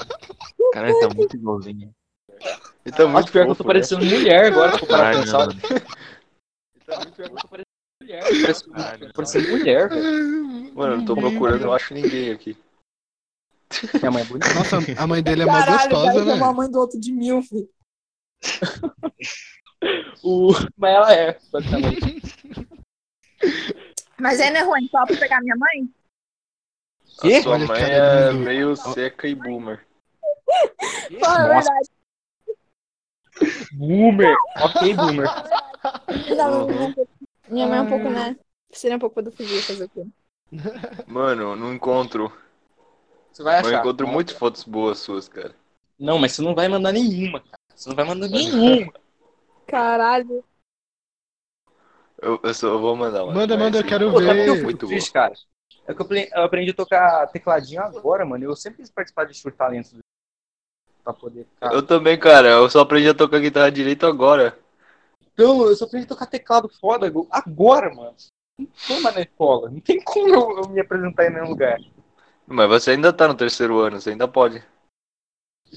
S2: Caralho, tá muito igualzinho.
S1: Ele tá
S4: Nossa,
S1: muito
S4: pior que eu
S1: fofo,
S4: tô parecendo mulher agora, se for parar pra
S2: Caralho,
S4: pensar. Tá
S2: mano.
S8: né,
S4: Parece- Parecendo mulher, velho.
S1: né? Mano, eu tô procurando, não acho ninguém aqui.
S4: Minha mãe é bonita.
S5: Nossa, a mãe dele é mó
S3: Caralho, o
S5: gostosa,
S3: cara
S5: né?
S4: um
S3: chamou a mãe do outro de mil, filho.
S4: O... Mas ela é, basicamente.
S3: né, Mas aí não é ruim, só pra pegar minha mãe?
S1: A sua
S5: Olha a
S1: mãe
S5: cara
S1: é
S5: do Dudu.
S1: meio seca e boomer.
S3: Fala a
S4: Nossa,
S3: verdade.
S4: boomer. Ok, boomer.
S3: Não,
S1: Uhum.
S3: minha mãe- minha mãe é um pouco, né? Seria um pouco pedofilia fazer o quê?
S1: Mano, não encontro.
S4: Você vai
S1: Eu
S4: achar.
S1: encontro muitas fotos boas suas, cara.
S4: Não, mas você não vai mandar nenhuma, cara. Você não vai mandar nenhuma.
S3: Caralho.
S1: Eu, eu só vou mandar uma.
S5: Manda,
S1: Vai
S5: manda, eu
S1: ser
S5: quero
S1: uma foto
S5: ver.
S4: Eu fico
S1: é Muito boa.
S4: triste, cara. É que eu apre- eu aprendi a tocar tecladinho agora, mano. Eu sempre quis participar de Sur Talentos. do- Pra poder ficar.
S1: Eu também, cara. Eu só aprendi a tocar guitarra direito agora.
S4: Então, eu só aprendi a tocar teclado foda go- agora, mano. Não tô mais na escola. Não tem como eu, eu me apresentar em nenhum lugar.
S1: Mas você ainda tá no terceiro ano, você ainda pode.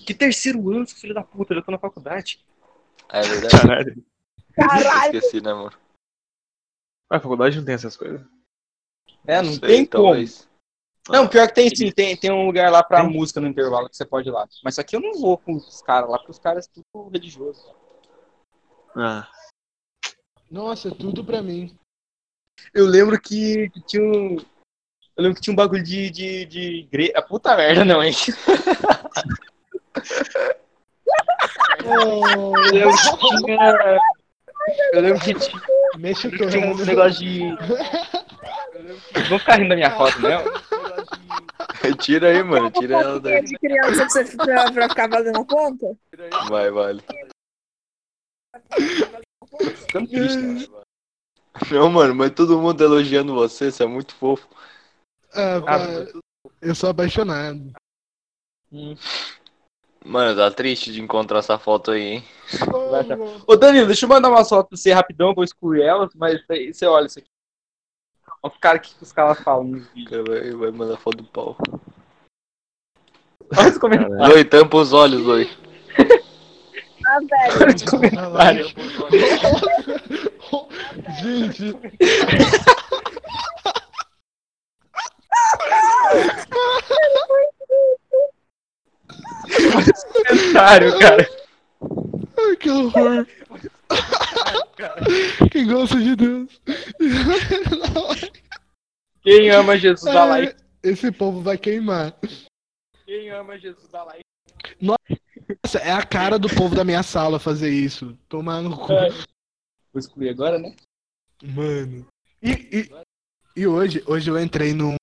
S4: Que terceiro ano, seu filho da puta, eu já tô na faculdade.
S1: É verdade.
S2: Caralho.
S3: Caralho.
S1: Esqueci, né, amor?
S2: A
S8: Ah,
S2: faculdade não tem essas coisas.
S4: É, não
S1: Sei, então,
S4: tem como.
S1: talvez.
S4: Não, pior que tem sim, tem, tem um lugar lá pra
S2: Tem?
S4: música no intervalo que você pode ir lá. Mas só que eu não vou com os caras lá, porque os caras são tudo religioso.
S2: Ah.
S5: Nossa, é tudo pra mim.
S4: Eu lembro que, que tinha um. Eu lembro que tinha um bagulho de, de, de igreja. Ah, puta merda, não, hein?
S5: Oh.
S4: Eu lembro que tinha. Eu lembro que tinha
S5: Mexe o
S4: tinha um
S5: torno.
S4: negócio de. Não ficar rindo da minha foto, não.
S1: Tira aí, mano. Tira ela daí.
S3: de criança pra, você ficar, pra ficar valendo a conta?
S1: Vai, vale.
S4: Ficando triste, cara.
S1: Não, mano, mas todo mundo tá elogiando você, você é muito fofo.
S5: Ah,
S4: Ah,
S5: vai. eu sou apaixonado.
S1: Mano, tá triste de encontrar essa foto aí, hein?
S4: Vai, tá. Ô Danilo, deixa eu mandar uma foto pra você rapidão, vou excluir ela, mas aí você olha isso aqui. Olha o cara que os caras falam nos vídeos.
S1: Cara, vai, vai mandar foto do pau.
S4: Olha os comentários.
S1: Doi, tampa os olhos, Doi.
S3: Ah, velho.
S4: Vários.
S5: Gente,
S4: comentários, cara.
S5: ai, que horror. Quem gosta de Deus?
S4: Quem ama Jesus, dá like.
S5: É, Esse povo vai queimar.
S4: Quem ama Jesus, dá like.
S5: Nossa, é a cara do povo da minha sala fazer isso. Tomar no cu.
S4: Vou excluir agora, né?
S5: Mano. E, e, e hoje, hoje eu entrei num,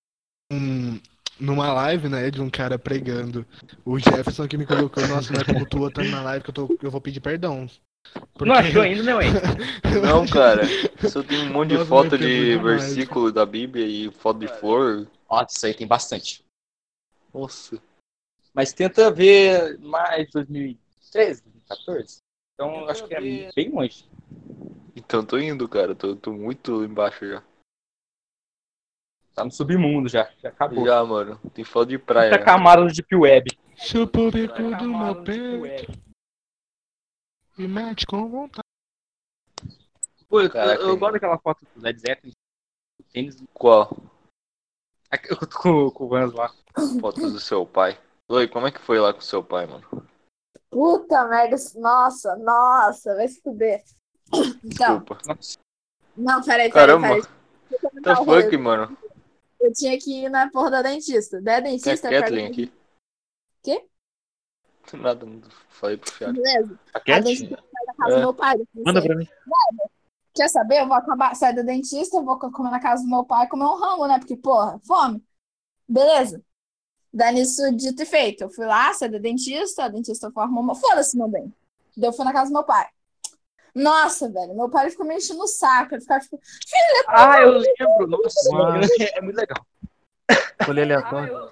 S5: num- numa live, né, de um cara pregando. O Jefferson que me colocou, nossa, não é como tu tá na live que eu, tô, eu vou pedir perdão.
S7: Não achou ainda, né, hein?
S1: Não, cara. Só tem um monte de
S5: Nossa,
S1: foto
S5: mas tem
S1: de
S5: muito mais.
S1: versículo da Bíblia e foto de flor.
S4: Ó, isso aí tem bastante.
S1: Nossa.
S4: Mas tenta ver mais 2013, 2014. Então acho que é bem longe.
S1: Então tô indo, cara. Tô, tô muito embaixo já.
S4: Tá no submundo já. Já acabou. Já.
S1: Já, mano. Tem foto de
S4: Tá
S1: praia. né?
S4: camada no Deep Web.
S5: Chupa o bico do meu
S4: Camada no Deep
S5: peito
S4: Web.
S5: e mete com vontade.
S4: Pô, eu,
S1: Caraca,
S4: eu
S1: hein.
S4: gosto daquela foto do Led Zeppelin. O tênis.
S1: Qual?
S4: Ah, Eu tô com, com o Vans lá.
S1: Foto do seu pai. Doi, como é que foi lá com seu pai, mano?
S3: Puta merda. Nossa, nossa. Vai se fuder. Então,
S1: Desculpa.
S4: Nossa,
S3: não, peraí, peraí.
S1: Caramba.
S3: peraí.
S1: Tá
S3: Não,
S1: fuck, mano.
S3: um Eu tinha que ir na porra da dentista. Da
S1: Tem a
S3: dentista, eu
S1: Kathleen
S3: quero...
S1: aqui.
S3: Quê?
S1: Nada, não falei pro fiado.
S3: Beleza?
S2: A
S3: A
S2: Cat?
S3: dentista sai da casa
S1: É.
S3: do meu pai. eu
S2: Manda
S3: sei.
S2: pra mim.
S3: Quer saber? Eu vou acabar, sair do dentista, eu vou comer na casa do meu pai, comer um rango, né? Porque, porra, fome. Beleza. Daí nisso, dito e feito. Eu fui lá, saí do dentista, a dentista foi arrumar uma... Foda-se, meu bem. Daí eu fui na casa do meu pai. Nossa, velho, meu pai ficou me enchendo o saco. Ele ficava tipo,
S4: Ah, eu lembro. Nossa,
S2: Uau.
S4: menina é muito legal.
S2: Escolhi aleatório.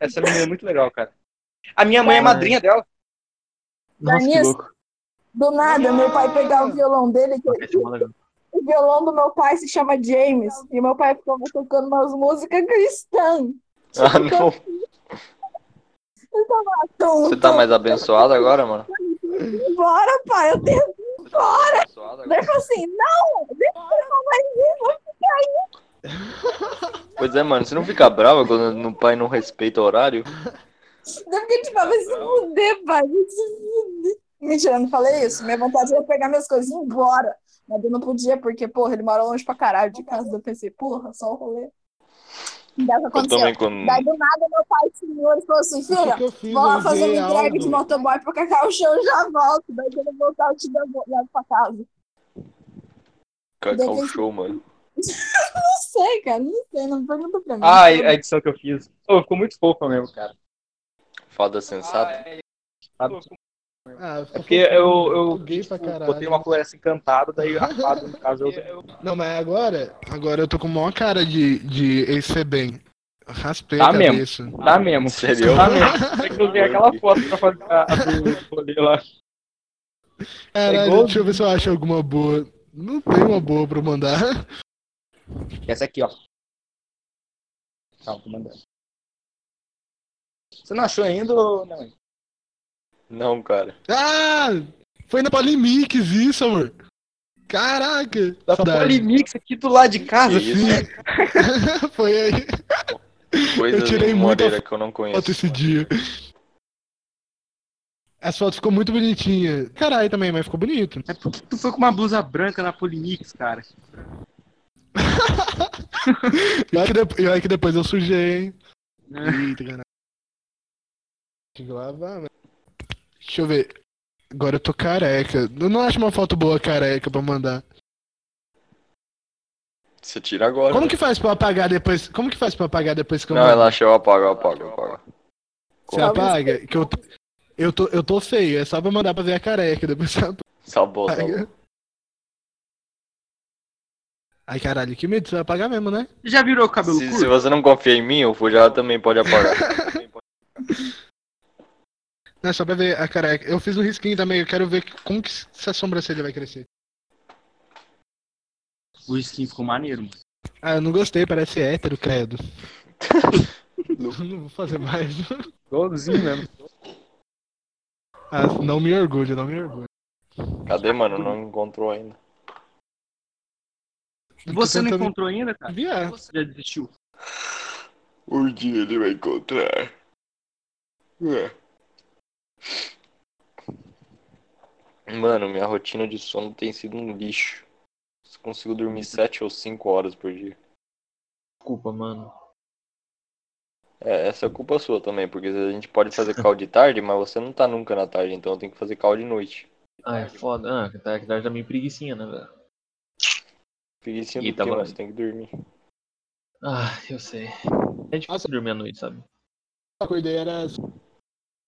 S4: Essa menina é muito legal, cara. A minha mãe é madrinha dela.
S2: Nossa, que
S3: Vanessa.
S2: louco.
S3: do nada, meu pai pegar o violão dele, que
S2: A Cat é mó legal.
S3: o violão do meu pai se chama James, e meu pai ficava tocando umas músicas cristãs. Tipo,
S1: Ah, não.
S3: Tum,
S1: Você tá
S3: tum.
S1: mais abençoado agora, mano?
S3: Bora, pai, eu tenho.
S1: Abençoado agora.
S3: Daí eu falei assim, não, deixa eu não mais ir, vou
S1: Pois é, mano. Você não fica brava quando o pai não respeita o horário?
S3: Eu fiquei tipo, ah, vai se fuder, pai, vai se fuder. Mentira, eu não falei isso. Minha vontade era pegar minhas coisas e ir embora. Mas eu não podia, porque, porra, ele mora longe pra caralho de casa. Eu pensei, porra, só o rolê. Não dá o que
S1: Eu
S3: aconteceu.
S1: também quando.
S3: Daí do nada meu pai senhor e falou assim,
S5: Isso
S3: filha,
S5: que eu fiz,
S3: vou lá
S5: eu
S3: fazer um
S5: usei
S3: uma entrega de
S5: Aldo.
S3: motoboy pra Cacau Show, eu já volto. Daí quando eu voltar eu te devo- levo pra casa.
S1: Cacau
S3: Defensivo.
S1: show, mano.
S3: Não sei, cara, não sei, não pergunta pra mim.
S4: Ah, a edição que eu fiz. Ô, ficou muito fofa mesmo, cara.
S1: Fada
S4: Ah, é.
S1: sensata.
S4: Sabe?
S5: Ah,
S4: É porque eu, eu
S5: Gay pra
S4: tipo,
S5: caralho.
S4: botei uma floresta encantada, daí a fada, no caso, eu...
S5: Não, mas agora, agora eu tô com a maior cara de, de ex ser bem. Raspei
S4: Tá
S5: a
S4: mesmo.
S5: cabeça.
S4: Dá mesmo.
S1: Sério?
S4: Dá mesmo. É que eu vi aquela foto pra fazer a, a do rolê lá.
S5: Caralho,
S4: É igual-
S5: deixa eu ver se eu acho alguma boa. Não tem uma boa pra eu mandar.
S4: Essa aqui, ó. Calma, tô mandando. Você não achou ainda ou não? hein?
S1: Não, cara.
S5: Ah! Foi na Polimix isso, amor. Caraca!
S4: Da
S5: saudade.
S4: Polimix aqui do lado de casa.
S1: Que isso?
S5: Foi aí.
S1: Coisas
S5: Eu tirei
S1: em
S5: muita
S1: Moreira que eu não conheço.
S5: foto esse dia. Essa foto ficou muito bonitinha. Caralho também, mas ficou bonito.
S4: É porque tu foi com uma blusa branca na Polimix, cara.
S5: E olha que, depo- e olha que depois eu sujei, hein?
S4: É.
S5: Eita, caralho. Deixa eu lavar, mano. Deixa eu ver. Agora eu tô careca. Eu não acho uma foto boa careca pra mandar.
S1: Você tira agora.
S5: Como que faz pra apagar depois? Como que faz pra apagar depois que eu
S1: Não,
S5: mando?
S1: relaxa, eu apago, eu apago, eu apago.
S5: Você apaga? Que eu, tô- eu, tô, eu tô feio, é só pra mandar pra ver a careca, depois você
S1: Sabota.
S5: apaga. Ai caralho, que medo, você vai apagar mesmo, né?
S4: Já virou o cabelo
S1: Se, se
S4: curto?
S1: você não confia em mim, o Fujara também pode apagar.
S5: Não, é só pra ver a careca. Eu fiz um risquinho também, eu quero ver que- como que essa sobrancelha vai crescer.
S4: O skin ficou maneiro, mano.
S5: Ah, eu não gostei, parece hétero, credo.
S1: Não.
S5: não vou fazer mais.
S4: Igualzinho mesmo.
S5: Ah, não me orgulho, não me orgulho.
S1: Cadê, mano? Não encontrou ainda.
S4: Você
S5: Tô
S4: não
S5: tentando
S4: encontrou ainda, cara?
S5: enviar.
S4: Você já desistiu?
S1: Um dia ele vai encontrar. É. Mano, minha rotina de sono tem sido um lixo. Eu consigo dormir 7 ou 5 horas por dia.
S4: Desculpa, mano.
S1: É, essa é culpa sua também, porque a gente pode fazer call de tarde, mas você não tá nunca na tarde, então eu tenho que fazer call de noite.
S8: Ah, é foda. Ah, que tá, que tá meio preguicinha, né, velho?
S1: Fiquei sem
S8: Ih,
S1: porque,
S8: tá bom.
S1: mano, você tem que dormir.
S8: Ah, eu sei. É difícil
S5: Nossa.
S8: dormir à noite, sabe?
S5: Eu acordei era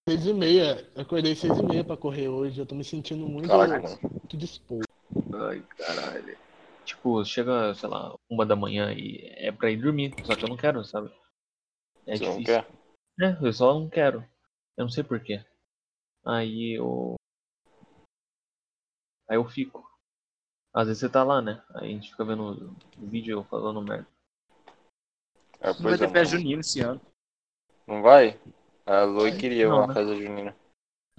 S5: seis e meia. Eu acordei seis e meia pra correr hoje. Eu tô me sentindo muito,
S1: Caraca, mano.
S5: muito disposto.
S8: Ai, caralho. Tipo, chega, sei lá, uma da manhã e é pra ir dormir. Só que eu não quero, sabe? É
S1: Você não
S8: difícil.
S1: quer?
S8: É, eu só não quero. Eu não sei porquê. Aí eu. Aí eu fico. Às vezes você tá lá, né? Aí a gente fica vendo vídeo eu falando merda.
S1: É,
S4: Vai
S1: pois é,
S4: ter pé
S1: mano.
S4: junino esse ano.
S1: Não vai? A Loi queria
S8: Não,
S1: uma
S8: né?
S1: festa junina.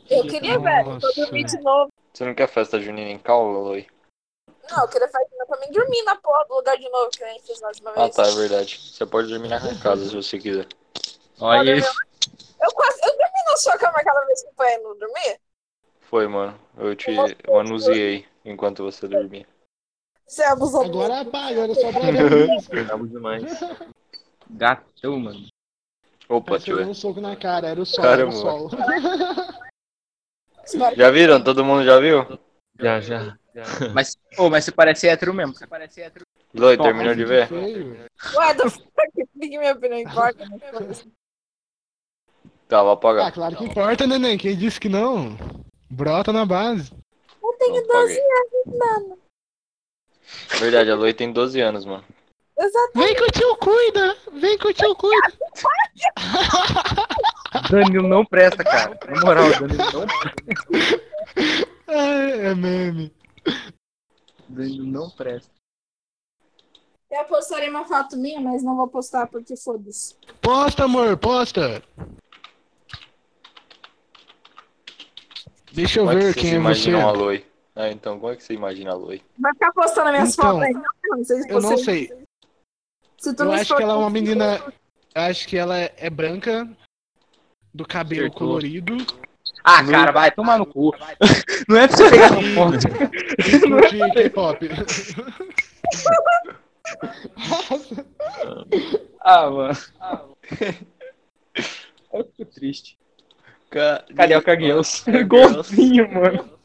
S3: Eu queria, velho, tô
S5: Nossa.
S3: dormindo de novo.
S1: Você não quer festa junina em Caula, Loi?
S3: Não, eu queria fazer pra mim dormir na porra do lugar de novo que a gente fez mais uma
S1: Ah,
S3: vez.
S1: tá, é verdade. Você pode dormir na minha casa se você quiser.
S4: Olha aí.
S3: Eu quase, eu dormi na sua cama aquela vez que o pai não dormia.
S1: Foi, mano. Eu te eu anunciei enquanto você dormia.
S3: Você abusou do
S5: Agora apaga, era só pra ver o risco.
S8: Acabo demais.
S4: Gatão, mano.
S1: Opa,
S5: Parece
S1: deixa eu
S5: que
S1: ver.
S5: um soco na cara, era o sol,
S1: Cara,
S5: era o
S1: mano.
S5: sol.
S3: Espero que
S1: Já viram? Todo mundo já viu?
S8: Já, já.
S4: Mas, ô, mas você parece hétero mesmo. Você parece hétero.
S1: Loi,
S4: Nossa,
S1: terminou de ver?
S5: Feio.
S3: Ué, do fuck, por que minha opinião importa? né?
S1: Tá, vou
S5: Ah,
S1: apagar.
S5: claro que importa, neném. Quem disse que não? Brota na base.
S3: Eu tenho
S1: Não,
S3: 12
S1: paguei.
S3: anos, mano.
S1: Verdade, a Loi tem 12 anos, mano.
S3: Exato.
S5: Vem que o tio cuida! Vem que o tio cuida!
S4: Danilo não presta, cara. Na moral, Danilo não
S5: É, é meme.
S4: Danilo não presta.
S3: Eu postarei uma foto minha, mas não vou postar porque foda-se.
S5: Posta, amor, posta! Deixa eu
S1: Como é que
S5: ver
S1: vocês
S5: quem é você.
S1: imaginam a Loi? Ah, então, como é que você imagina a Loi?
S3: Vai ficar postando minhas
S5: Então,
S3: fotos aí, não, mano. Se
S5: Eu não
S3: você-
S5: sei.
S3: Se tu
S5: Eu
S3: não
S5: acho
S3: expor-
S5: que ela é uma menina. Eu acho que ela é é branca, do cabelo
S4: Acertou.
S5: colorido.
S4: Ah, cara, vai tomar no cu. Não é pra você pegar no ponto.
S5: e curte K-pop.
S4: Ah, mano. Eu fico triste.
S1: Ca...
S4: Carioca Girls. Golzinho, mano.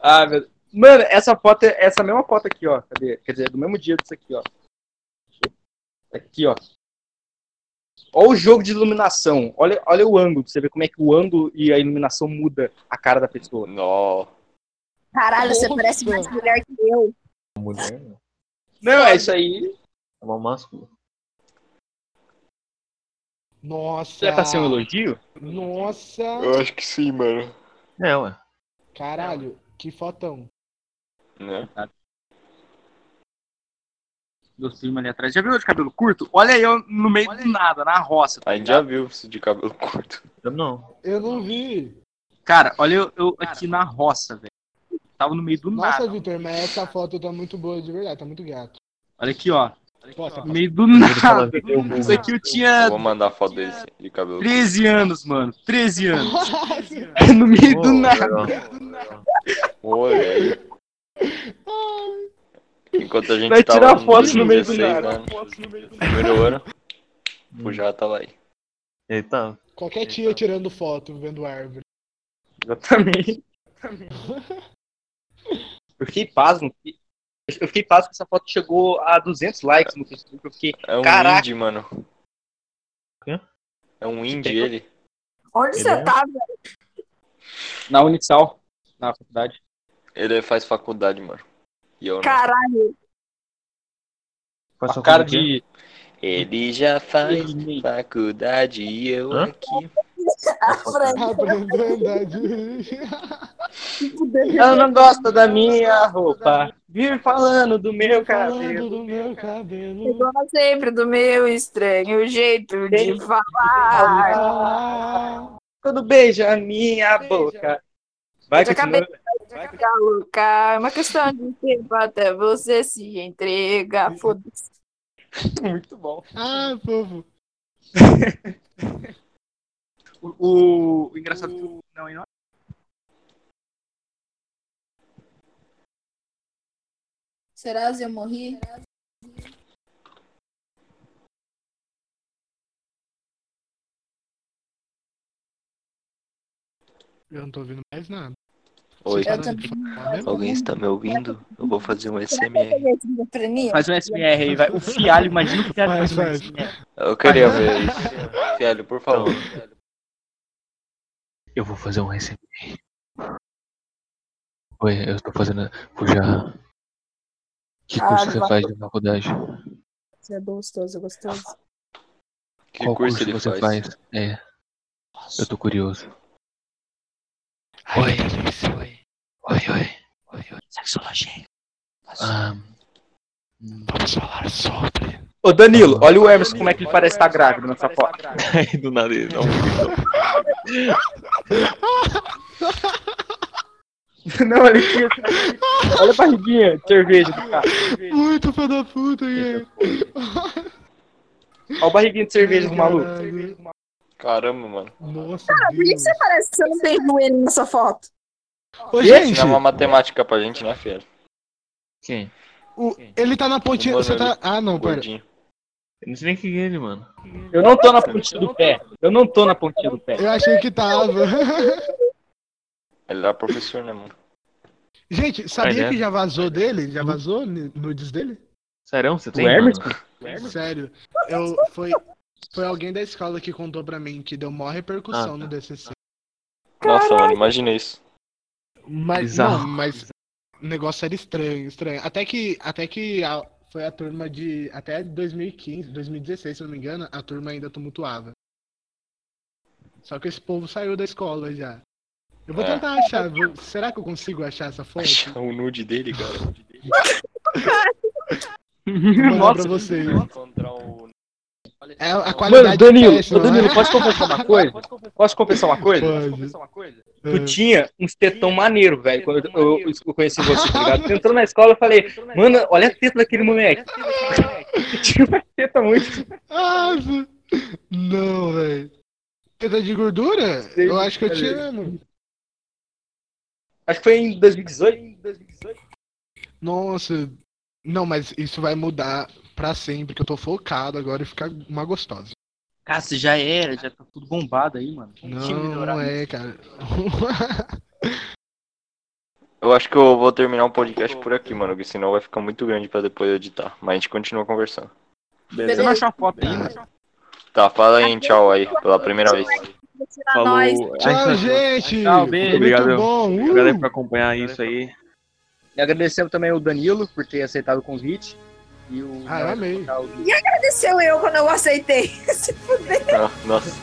S4: ah, meu Mano, essa foto, é- essa mesma foto aqui, ó. Cadê? Quer dizer, é do mesmo dia disso aqui, ó. Aqui, ó. Olha o jogo de iluminação. Olha, olha o ângulo, pra você ver como é que o ângulo e a iluminação muda a cara da pessoa.
S1: Nó.
S3: Caralho, você
S5: Nossa.
S3: parece mais mulher que eu.
S8: Mulher, né?
S4: Não, é isso aí.
S8: É uma máscula.
S5: Nossa.
S4: Será que tá sendo um elogio?
S5: Nossa.
S1: Eu acho que sim, mano.
S8: É, ué.
S2: Tá
S5: Caralho, que fotão.
S1: Né?
S4: Dos filmes ali atrás. Já viu eu de cabelo curto? Olha aí eu no meio do nada, na roça.
S1: A gente já viu isso de cabelo curto.
S8: Eu não.
S5: Eu não vi.
S4: Cara, olha eu, eu aqui na roça, velho. Tava no meio do
S5: Nossa,
S4: nada.
S5: Vitor, mas essa foto tá muito boa de verdade, tá muito gato.
S4: Olha aqui, ó.
S5: Pô, tá
S4: No meio do nada.
S8: Eu vou-
S4: Isso aqui eu tinha
S1: Eu vou mandar foto desse de cabelo
S4: 13 anos, mano. 13 anos.
S5: Nossa,
S4: É no meio
S8: Ô,
S4: do nada.
S8: legal.
S1: curto. Olha aí. Enquanto a gente
S4: Vai
S1: tava
S4: tirar
S1: com
S4: foto no meio do
S1: 16
S4: nada.
S1: anos, Primeiro ano, o já tava aí.
S8: Eita.
S5: Qualquer tia tirando foto, vendo árvore.
S4: Exatamente. Eu fiquei pasmo. Eu fiquei pasmo que essa foto chegou a 200 likes no Facebook. Eu fiquei,
S1: É um
S4: Caraca.
S1: indie, mano.
S8: Quê?
S1: É um indie ele.
S3: Onde
S8: Ele
S3: você
S8: é?
S3: tá, velho?
S4: na Unisal, na faculdade.
S1: Ele faz faculdade, mano. E eu não.
S3: Caralho,
S4: Com
S8: Passou
S4: a cara
S8: como que
S4: de...
S1: Ele já faz
S4: Ele-
S1: faculdade e eu
S8: Hã?
S1: aqui.
S5: é
S3: Fran.
S5: Aprendendo a andar de.
S4: Eu não gosto da minha roupa. Vir falando do meu cabelo.
S5: Falando do meu cabelo.
S3: Dona sempre do meu estranho jeito de
S4: Ele-
S3: falar.
S5: Ah,
S4: Quando beija a minha boca. Vai,
S3: Beija a
S4: continua. Vai,
S3: Fica tá louca, é uma questão de tempo até você se entrega. Foda-se.
S4: continua. Muito bom.
S5: ah, fofo.
S4: O, o- o engraçado que o... Não, hein, não.
S3: Será que eu morri?
S5: Eu não tô ouvindo mais nada.
S1: Oi.
S5: Vocês
S3: Eu
S5: param de falar mesmo?
S1: Alguém está me ouvindo? Eu vou fazer um
S3: Será que eu
S1: SMR.
S3: peguei esquizofrenia?
S4: Faz um SMR aí, vai. O Fialho, imagina o Fialho
S5: Vai,
S4: fazendo um
S5: vai.
S4: SMR.
S1: Eu queria ver isso. Fialho, por favor.
S8: Eu vou fazer um SMR. Oi, eu tô fazendo. Fuja. Que
S3: Ah,
S8: curso você
S3: vai.
S8: faz de faculdade?
S3: É gostoso, é gostoso.
S1: Que
S8: Qual
S1: curso,
S8: curso,
S1: ele
S8: você
S1: faz?
S8: faz? É. Eu tô curioso.
S5: Ai,
S8: Oi, oi. Ah,
S5: Vamos falar sobre.
S4: Ô, Danilo, olha o Emerson como é que ele parece estar tá grávido nessa foto.
S8: do nada ele dá um
S4: Não, ele tinha. assim. Olha a barriguinha de cerveja do cara.
S5: Muito fã da puta, Ian.
S4: Olha a barriguinha de cerveja do maluco.
S5: Caralho.
S1: Caramba, mano.
S5: Nossa,
S3: Por que que
S5: Deus.
S3: você parece que você não tem joelho nessa foto?
S5: Ô,
S1: Isso
S5: gente,
S1: é uma matemática pra gente, né, Fialho?
S8: Quem?
S5: o- ele tá na pontinha.
S1: Mano,
S5: Você tá. Ah, não, pera.
S1: Gordinho.
S8: Eu não sei nem quem é ele, mano.
S4: Eu não tô na pontinha do pé. Eu não tô na pontinha do pé.
S5: Eu achei que tava.
S1: Ele era professor, né, mano?
S5: Gente, sabia
S8: Olha.
S5: que já vazou dele? Já vazou n- nudes dele?
S8: Sério, você
S4: Do
S8: tem?
S4: Emerson?
S8: mano?
S5: Sério. Eu, foi, foi alguém da escola que contou pra mim que deu maior repercussão
S8: Ah, tá.
S5: no DCC.
S1: Nossa, mano, imagina isso.
S5: Mas,
S8: Bizarro.
S5: não, mas o negócio era estranho, estranho. Até que, até que a- foi a turma de. Até 2015, 2016, se eu não me engano, a turma ainda tumultuava. Só que esse povo saiu da escola já. Eu vou
S1: É.
S5: tentar achar. vou- será que eu consigo achar essa foto?
S1: Achar o nude dele, cara.
S5: Vou mandar
S4: Nossa.
S5: pra vocês.
S1: Encontrar o...
S5: É, a qualidade
S4: Mano, Danilo,
S5: péssima,
S4: ô, Danilo,
S5: né?
S4: posso confessar uma coisa? Posso confessar uma coisa?
S5: Pode.
S4: Tu É. tinha uns tetão maneiro, velho, quando eu, eu- eu conheci você, tá ligado? Tu entrou na escola e falei, mano, olha a teta daquele moleque. Tinha uma teta muito.
S5: Ah, zo- não, velho. Teta de gordura?
S4: Sei,
S5: eu acho que eu
S4: cara.
S5: te amo.
S4: Acho que foi em 2018.
S5: Nossa, Não, mas isso vai mudar pra sempre, que eu tô focado agora e ficar uma gostosa.
S7: Cara, você já era, já tá tudo bombado aí, mano. Tem que
S5: Não, não é, cara.
S1: Eu acho que eu vou terminar o podcast por aqui, mano, porque senão vai ficar muito grande pra depois editar. Mas a gente continua conversando.
S7: Você não achou a foto ainda?
S1: Tá, fala aí, tchau aí, pela primeira vez.
S3: Tira
S2: Falou.
S3: nós.
S5: Tchau, gente!
S4: Tchau, beijo.
S5: Foi muito
S2: Obrigado.
S5: bom. Uh!
S4: é
S2: Galera, pra acompanhar isso aí.
S4: E agradecemos também ao Danilo por ter aceitado o convite. E o
S5: Ah, eu amei.
S3: Agradeceu eu quando eu aceitei.
S1: Ah, Nossa.